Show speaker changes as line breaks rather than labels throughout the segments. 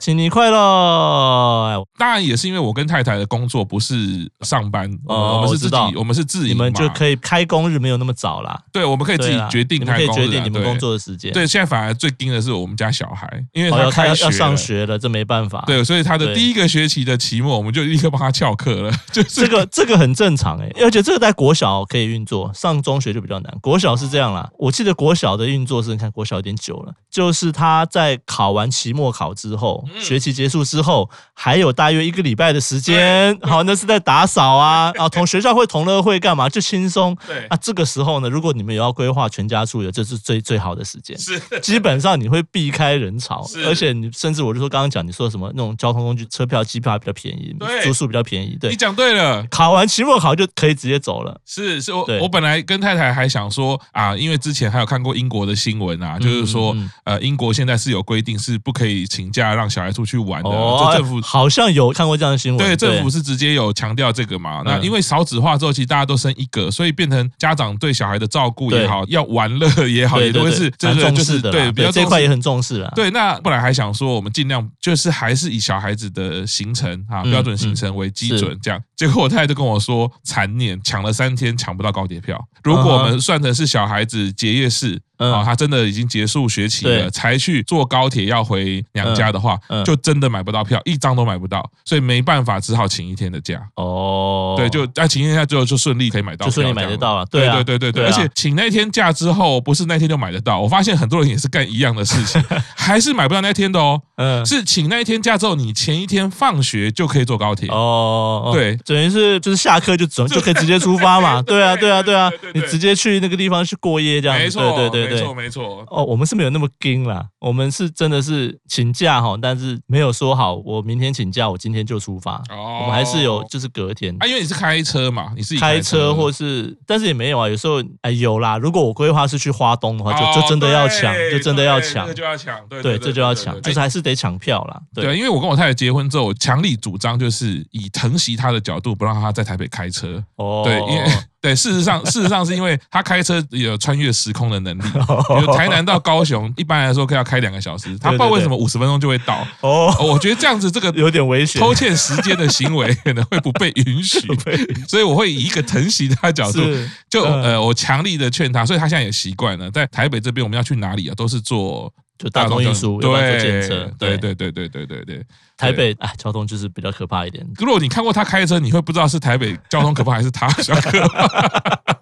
新年快乐！
当然也是因为我跟太太的工作不是上班，
哦
我们是
我
自
知道
己，我们是自
你
营嘛，
们就可以开工日没有那么早啦，
对，我们可以自
对
己
啦
决定
你们可
开
以
工
决
日
定
啊。
你们
对
工作的时间。
对，现在反而最盯的是我们家小孩，因为
哦，
他
要
开
开要
学
要
了
上学了，这没办法。，
对，所以他的
对
第一个学期的期末，我们就立刻帮他翘课了。 就是
这个这个很正常哎、而且这个在国小可以运作，上中学就比较难。国小是这样啦，我记得国小的运作是，你看国小有点久了，就是他在考完期末考之后，
嗯
学期结束之后，还有大约一个礼拜的时间，好，那是在打扫啊，啊，同学校会、同乐会干嘛，就轻松。
对
啊，这个时候呢，如果你们有要规划全家出游，这是最最好的时间。
是
基本上你会避开人潮
是，
而且你甚至我就说刚刚讲你说什么那种交通工具车票、机票还比较便宜
对，
住宿比较便宜，
你
对。
讲对了，
考完期末考就可以直接走了，
是是我
对
我本来跟太太还想说啊，因为之前还有看过英国的新闻啊，就是说
嗯
呃，英国现在是有规定是不可以请假让小孩出去玩的，啊
哦
就哎政府
好像有看过这样的新闻，对
对政府是直接有强调这个嘛。那
嗯
因为少子化之后，其实大家都生一个，所以变成家长对小孩的照顾也
对
好，要玩乐也好，也
对
都
对
会
对
是这
蛮
个
重
就
视
是
的啦，
对比较
这
重
块
视
也很重视了，
对，那本来还想说，我们尽量就是还是以小孩子的行程啊、
嗯
标准行程为基准
是，
这样。结果我太太就跟我说，残念抢了三天抢不到高铁票。如果我
嗯
们算成是小孩子结业式
嗯
啊，他真的已经结束学期了，
对
才去坐高铁要回娘家的话
嗯，嗯
就真的买不到票，一张都买不到，所以没办法，只好请一天的假。
哦，
对，就啊但请一天假之后就顺利可以买到票
就
这
顺
样
利
了，
买得到了，
对
啊，
对对对对，
啊
而且请那天假之后，不是那天就买得到。我发现很多人也是干一样的事 情，还是买不到那天的哦。
嗯
是请那一天假之后，你前一天放学就可以坐高铁。
哦，哦
对
等于是就是下课就走就可以直接出发嘛，对啊，对啊，对啊
对对，
你
对
直接去那个地方去过夜这样子，
没错，
对对对
没
对
错，，没错。
哦，我们是没有那么硬啦，我们是真的是请假哈，但是没有说好我明天请假，我今天就出发，
哦
我们还是有就是隔天。
啊，因为你是开车嘛，你是
开
车
车或是，但是也没有啊。有时候哎有啦，如果我规划是去花东的话，就就真的要抢，就真的要抢
这个，就要抢，哦对
对，这就要抢，
对
就是还是得抢票啦。对，
对，因为我跟我太太结婚之后，我强力主张就是以疼惜她的角度，不让她在台北开车。
哦，
对，因为 对，事实上，事实上是因为他开车有穿越时空的能力。比如台南到高雄，一般来说可以要开两个小时，他不知道为什么五十分钟就会到。
哦
哦我觉得这样子这个
有点危险，
偷窃时间的行为可能会不被允许，所以我会以一个疼惜他的角度，
是
就
嗯
呃，我强力的劝他，所以他现在也习惯了。在台北这边，我们要去哪里啊，都是坐
就大众运输，要不然
对
坐建车，
对对对对对对对。
台北哎交通就是比较可怕一点，
如果你看过他开车，你会不知道是台北交通可怕还是他 小可怕。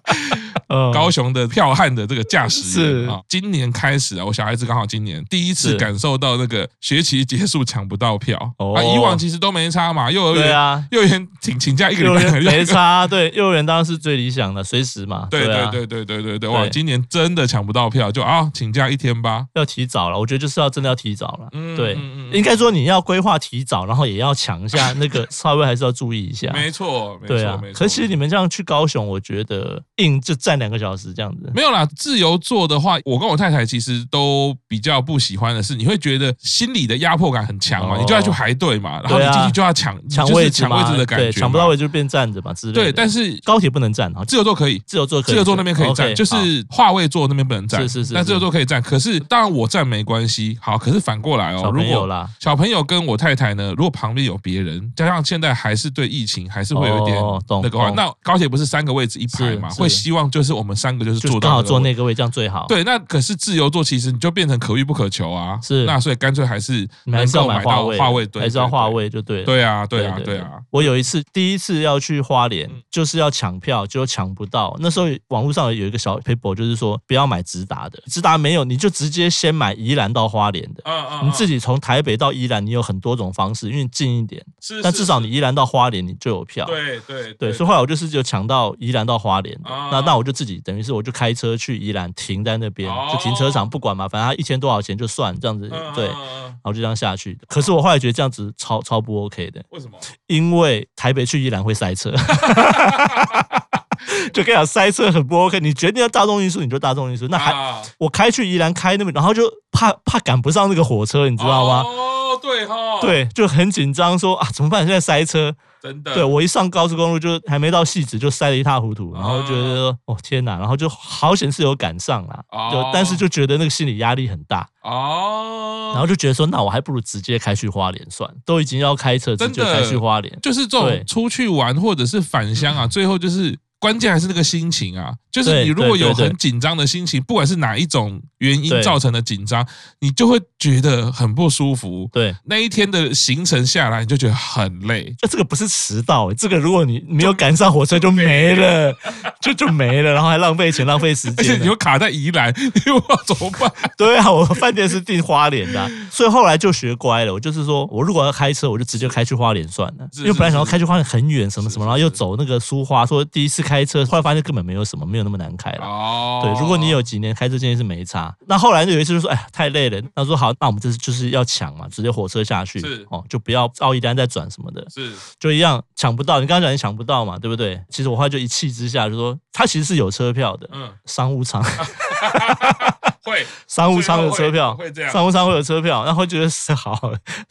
嗯
高雄的票悍的这个驾驶员
是
啊，今年开始啊，我小孩子刚好今年第一次
是
感受到那个学期结束抢不到票
哦
啊，以往其实都没差嘛，幼儿
对
园
啊，
幼儿园请请假一个
幼
礼
儿
拜
园 没差，啊对，幼儿园当然是最理想的，随时嘛。
啊对
啊，
对对对对对对，哇，
对
今年真的抢不到票，就啊，请假一天吧。
要提早了，我觉得就是要真的要提早了。
嗯
对
嗯嗯，嗯
应该说你要规划提早，然后也要抢一下那 个，稍微还是要注意一下。
没错，没
啊对
错，
啊
没，错。
可是其实你们这样去高雄，我觉得硬就站两个小时这样子。
没有啦，自由坐的话，我跟我太太其实都比较不喜欢的是，你会觉得心理的压迫感很强嘛，
哦
你就要去排队嘛，然后
对
你
啊
进去就要抢
抢
就是
位置
抢
嘛，
位置的感觉
对，
嘛，
抢不到位就变站着嘛之类的。
对，但是
高铁不能站啊，
自由座可以。
自由坐可以
自由座那边可以站
OK，
就是话位座那边不能站。
是是是
但
是
自由座可以站。可是当然我站没关系。好，可是反过来
好
哦，
小
如
朋友
果
啦，
小朋友跟我太太呢，如果旁边有别人，加上现在还是对疫情还是会有一点
哦懂
那个话，
懂
那高铁不是三个位置一排
是
嘛？
是
会希望就是我们三个就是
就是
坐到
刚好
个
坐
位置
那个位，这样最好。，
对，那可是自由座，其实你就变成可遇不可求啊。
是
那所以干脆还是
你们还
能
是要
够
买
买
话
到
位，
话位，对，
还是要
对
话。位就对了。
对对啊，对啊，
对
对啊。。
我有一次第一次要去花莲
嗯，
就是要抢票，结果抢不到。那时候网络上有一个小 paper，就是说不要买直达的，直达没有，你就直接先买宜兰到花莲的。
嗯嗯
你自
己，
己从台北到宜兰，你有很多种方式，因为近一点，
是
但
是
至少
是
你宜兰到花莲你就有票。
对对
对，所以后来我就是有抢到宜兰到花莲的，
啊
那那我就自己等于是我就开车去宜兰停在那边，
哦
就停车场不管嘛，反正他一天多少钱就算这样子，
嗯
对，
嗯
然
嗯嗯
后就这样下去。可是我后来觉得这样子超超不 OK 的，
为什么？
因为台北去宜兰会塞车， 就跟你讲塞车很不 OK。你决定要大众运输，你就大众运输。那还、
啊
我开去宜兰开那么，然后就怕怕赶不上那个火车，你知道吗？
哦，对哈，
对，就很紧张说啊怎么办？现在塞车。
真的，
对我一上高速公路就还没到戏子就塞得一塌糊涂，然后觉得说哦天哪，然后就好险是有赶上啦，
哦
就但是就觉得那个心理压力很大，
哦，
然后就觉得说那我还不如直接开去花莲算，都已经要开车，直
真
接
的
开去花莲。
就是这
对嗯
种出去玩或者是返乡啊，最后就是关键还是那个心情啊。就是
对
你如果
对对
有很
对
紧张的心情，不管是哪一种原因
对
造成的紧张，你就会觉得很不舒服。
对，
那一天的行程下来，你就觉得很累。
那这个不是迟到、欸，这个如果你没有赶上火车就没了，就就没了，然后还浪费钱浪费时
而且
间
你。又卡在宜兰， 你又不知道怎么办。
对啊，我饭店是订花莲的啊、所以后来就学乖了。我就是说我如果要开车，我就直接开去花莲算了，
是
因为本来想要
是
开去花莲很远什么什么，
是是
然后又走那个苏花，说第一次开车，后来发现根本没有什么，没有那么难开了。
哦
对，如果你有几年开车经验是没差。那后来就有一次就说，哎呀，太累了。那说好，那我们这次就是要抢嘛，直接火车下去
是，
哦，就不要奥一单再转什么的。
是
就一样抢不到。你刚刚讲你抢不到嘛，对不对？其实我后来就一气之下就说，他其实是有车票 的，
嗯，
商务舱，
会
商务舱有车票
会会这，样
商务舱会有车票，然后觉得是好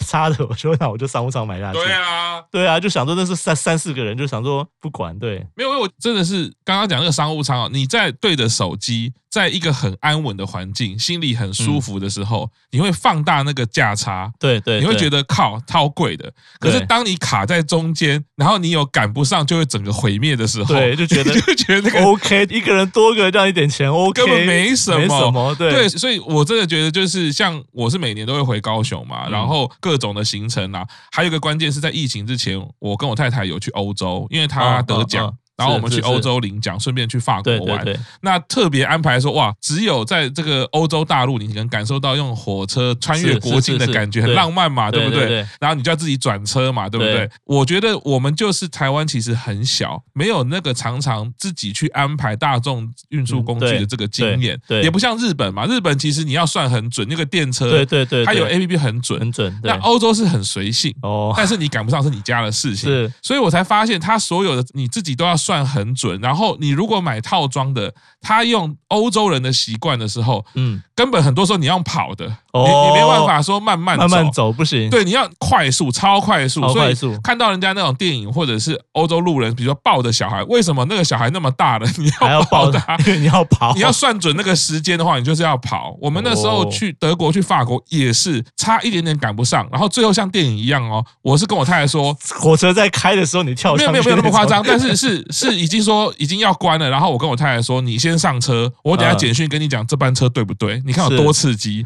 差的，我说那我就商务舱买下去。
对啊。
对啊，就想说那是三三四个人，就想说不管，对
没有，因为我真的是刚刚讲那个商务舱哦，你在对着手机，在一个很安稳的环境，心里很舒服的时候，你会放大那个价差，
对嗯对，
你会觉
得
得靠超贵的。可是
对
当你卡在中间，然后你有赶不上，就会整个毁灭的时候，
对哦就觉得
你就觉得那个
OK，一个人多个这样一点钱 OK，
根本没什么
没什么，
对，
对
所以我真的觉得就是像我是每年都会回高雄嘛，
嗯
然后各种的行程啊，还有一个关键是在疫情之前，我跟我太太有去欧洲，因为她
嗯
得
嗯
奖。
嗯
然后我
是
们去
是
欧洲领奖，顺便去法国
对
玩。
对对，
那特别安排说，哇，只有在这个欧洲大陆，你能感受到用火车穿越
是
国境的
是是
感觉，
是
很浪漫嘛，
对
对不
对
对
对？
然后你就要自己转车嘛，对不对
对？
我觉得我们就是台湾，其实很小，没有那个常常自己去安排大众运输工具
嗯对
的这个经验，
对对
也不像日本嘛，日本其实你要算很准，那个电车
对对对，
它有
对
A P P 很准
很，准，对
那哦欧洲是很随性。
哦，
但是你赶不上是你家的事情，
是
所以我才发现他所有的你自己都要算很准。然后你如果买套装的，他用欧洲人的习惯的时候，
嗯，
根本很多时候你要跑的，你
哦
你没办法说慢慢
慢慢。走不行，
对，你要快速，超快速，
超快
所以
速
看到人家那种电影或者是欧洲路人，比如说抱着小孩，为什么那个小孩那么大了，你
还要
抱
抱 他？，
他
因为你要跑，
你要算准那个时间的话，你就是要跑。我们那时候去德国、去法国也是差一点点赶不上，然后最后像电影一样哦，我是跟我太太说，
火车在开的时候你跳
没
上
有
去，
没有没有那么夸张，但是是是已经说已经要关了，然后我跟我太太说，你先上车，我等下
嗯
简讯跟你讲这班车对不对？你看有
是
多 刺激。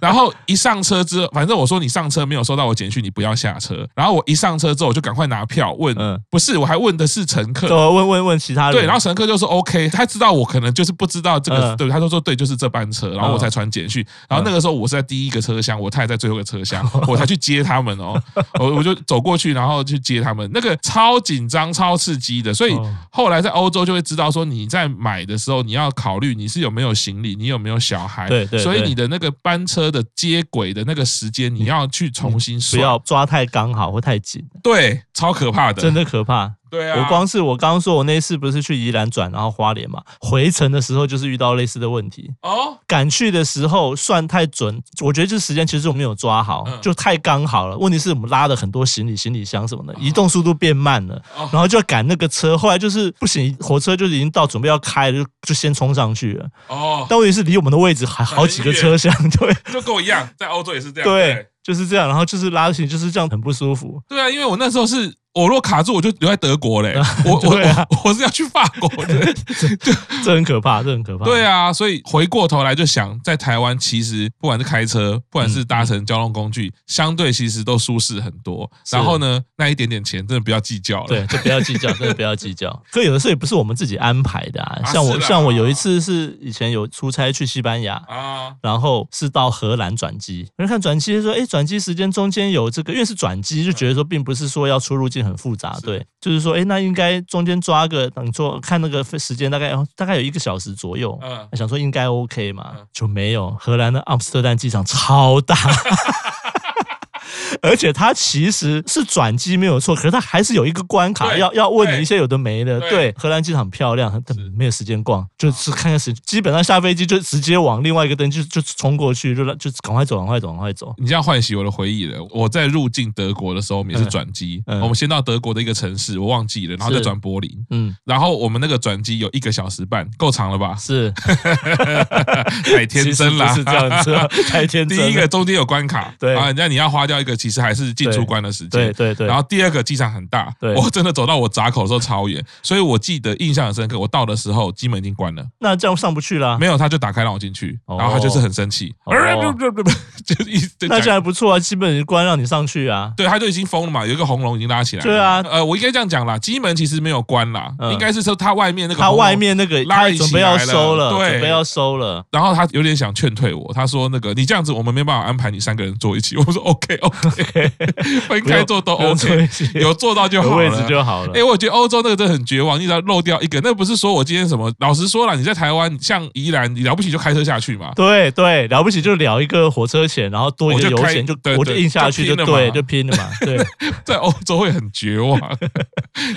然后一上车之后，反正我说你上车没有收到我简讯，你不要下车。然后我一上车之后，我就赶快拿票问
嗯，
不是，我还问的是乘
对。
客。
我问问问其他人，
啊对，然后乘客就说 OK，他知道我可能就是不知道这个，
嗯
对，他就说对，就是这班车，然后
嗯
我才传简讯，然后那个时候我是在第一个车厢，我太太在最后一个车 厢，我才去接他们哦，我我就走过去，然后去接他们，那个超紧张、超刺激的，所以
哦
后来在欧洲就会知道说你在买的时候，你要考虑你是有没有行李，你有没有小孩，
对对
所以
对
你的那个班车的接轨的那个时间，你要去重新
不
算，
要抓太刚好或太紧，
对，超可怕的，
真的可怕。
对啊，
我光是我刚刚说，我那次不是去宜兰转，然后花莲嘛，回程的时候就是遇到类似的问题。
哦，
赶去的时候算太准，我觉得这时间其实我没有抓好，
嗯
就太刚好了。问题是我们拉了很多行李、行李箱什么的，移动速度变慢了，
哦
然后就要赶那个车。后来就是不行，火车就已经到准备要开了，就就先冲上去了。
哦，
但问题是离我们的位置还好几个车厢，对
就跟我一样，在欧洲也是这样，
对，就是这样。然后就是拉行李就是这样，很不舒服。
对啊，因为我那时候是我如果卡住，我就留在德 国嘞。我我、
对啊
我我是要去法国 的。
这很可怕，这很可怕。
对啊，所以回过头来就想，在台湾其实不管是开车，不管是搭乘交通工
嗯
具，相对其实都舒适很多。然后呢，那一点点钱真的不要计较了。
对，就不要计较，真的不要计较。可有的时候也不是我们自己安排的啊，
啊
像
是
我
啦
像我有一次是以前有出差去西班牙，
啊，
然后是到荷兰转机，我就看转机就说，哎，转机时间中间有这个，因为是转机，就觉得说并不是说要出入境很复杂，
是
对，就是说，哎，那应该中间抓个，等做看那个时间大概、哦大概有一个小时左右，
嗯，
想说应该 OK 嘛
嗯，
就没有。荷兰的阿姆斯特丹机场超大， 而且它其实是转机没有错，可是它还是有一个关卡
对
要要问
对
你一些有的没的。
对啊
对，荷兰机场很漂亮，但没有时间逛，就是看看时，基本上下飞机就直接往另外一个灯就就冲过去，就就赶快走，赶快走，赶快走。
你这样唤醒我的回忆了。我在入境德国的时候，我们也是转机，
嗯嗯
我们先到德国的一个城市，我忘记了，然后再转柏林。
嗯，？
然后我们那个转机有一个小时半，够长了吧
是
太天真啦！
其实不是这样 子啊，太天
第
真了。
一个中间有关卡，
对
啊，那你要花掉一个，其实还是进出关的时
对
间。
对对，
然后第二个机场很大，
对
我真的走到我闸口的时候超远，所以我记得印象很深刻。我到的时候机门已经关了，
那这样上不去啦。
没有他就打开让我进去，
啊哦
然后他就是很生气，呃
哦
就是一直在
那
讲
这样还不错啊，基本关让你上去啊。
对，他就已经封了嘛，有一个红龙已经拉起来了。
对啊
呃，我应该这样讲啦，机门其实没有关啦，
嗯
应该是说它外面那个
他
红龙
外，面那个
拉
他
一起
准备要
来了
收了，
对
准备要收了。
然后他有点想劝退我，他说那个你这样子我们没办法安排你三个人坐一起， 我说 OK OK，分开坐都
不用
OK，
不用坐一起
有坐到就
有
好
位置
了。
就好了
哎、。我觉得欧洲那个真的很绝望，你只要漏掉一个，那不是说我今天什么，老实说了，你在台湾像宜兰，你了不起就开车下去嘛，
对对，了不起就聊一个火车钱，然后多一
我
个
就
油
开
钱就
对
我
对
就硬下去
就
就
拼了
对，
嘛
就拼了嘛。对，
在欧洲会很绝 望，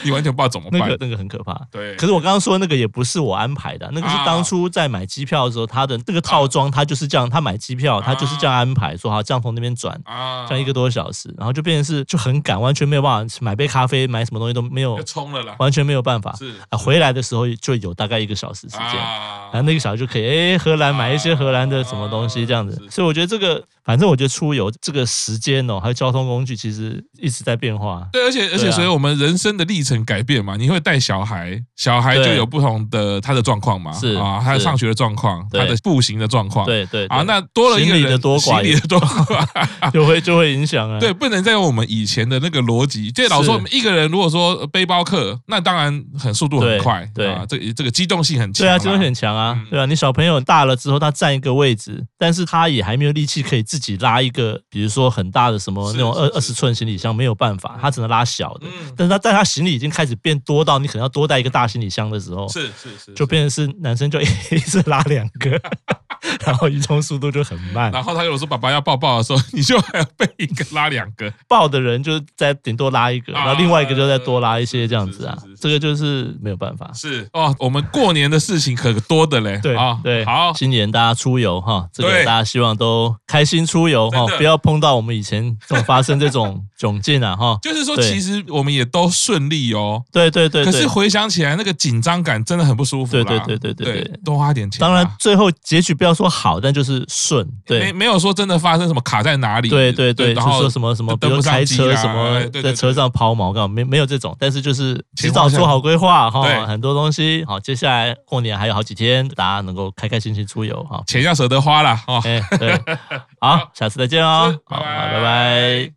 你完全不知道怎么办。
那个那个很可怕。
对，
可是我刚刚说那个也不是我安排的，那个是
啊
当初在买机票的时候，他的那个套装他就是这样，他买机票他就是这样安排，说好这样从那边转。
啊，
这样一个多小时，然后就变成是就很赶，完全没有办法买杯咖啡，买什么东西都没有
就，冲了啦，
完全没有办法。
是
啊，回来的时候就有大概一个小时时间，
啊
然后那个小孩就可以诶，荷兰买一些荷兰的什么东西这样子
啊是。
所以我觉得这个，反正我觉得出游这个时间哦，还有交通工具，其实一直在变化。
对，而且而
对
且，
啊
随着我们人生的历程改变嘛，你会带小孩，小孩就
对
有不同的他的状况嘛，
是
啊，他的
是
上学的状况，
对
他的步行的状况，
对对
啊，
对
那多了一个
行李
人
的多寡
行李
也
的多寡，
就会就会影响啊。
对，不能再用我们以前的那个逻辑。这老
是
说我们一个人如果说呃背包客，那当然很速度很
对
快，
对
啊，这个这个机动性很强
对
啦，
啊，机动性很强啊
嗯，
对啊，你小朋友大了之后，他占一个位置，但是他也还没有力气可以自己拉一个，比如说很大的什么
是
那种
是
二
是
二十寸行李箱，没有办法，他只能拉小的。
嗯，
但是他但他行李已经开始变多到你可能要多带一个大行李箱的时候，
是是是，
嗯就是变成是男生就一 一直拉两 个，然后移动速度就很慢。
然后他有说爸爸要抱抱的时候，你就还要背一个拉两个，
抱的人就是再顶多拉一个，
啊
然后另外一个就再多拉一些这样子啊
是是是，是
这个 就是没有办法。
是哦，我们过年的事情可多的嘞，
对
啊，
对，
好，
新年大家出游哈，这个
对
大家希望都开心出游哈
真的，
不要碰到我们以前这种发生这种窘境啊哈。
就是说，
对
其实我们也都顺利哦。
对对对
可是
对，
回想起来，那个紧张感真的很不舒服啦。
对对对对对对
多花点钱啦。啊
当然最后结局不要说好，但就是顺，
没
对
没有说真的发生什么卡在哪里。
对对对，就
然
是
后
说什么什么，比
登
如
不上
开
机
车
啦
什么
对对
在
对
车上抛锚，干嘛没没有这种，但是就是提
情况
早
下
做好规划
对
哈，很多东西好，接下来过年还有好几天，大家能够开开心心出游哈。
钱要舍得花啦。哦。
哎，对，好，下次再见哦，
是
好，
拜
好
拜
拜拜。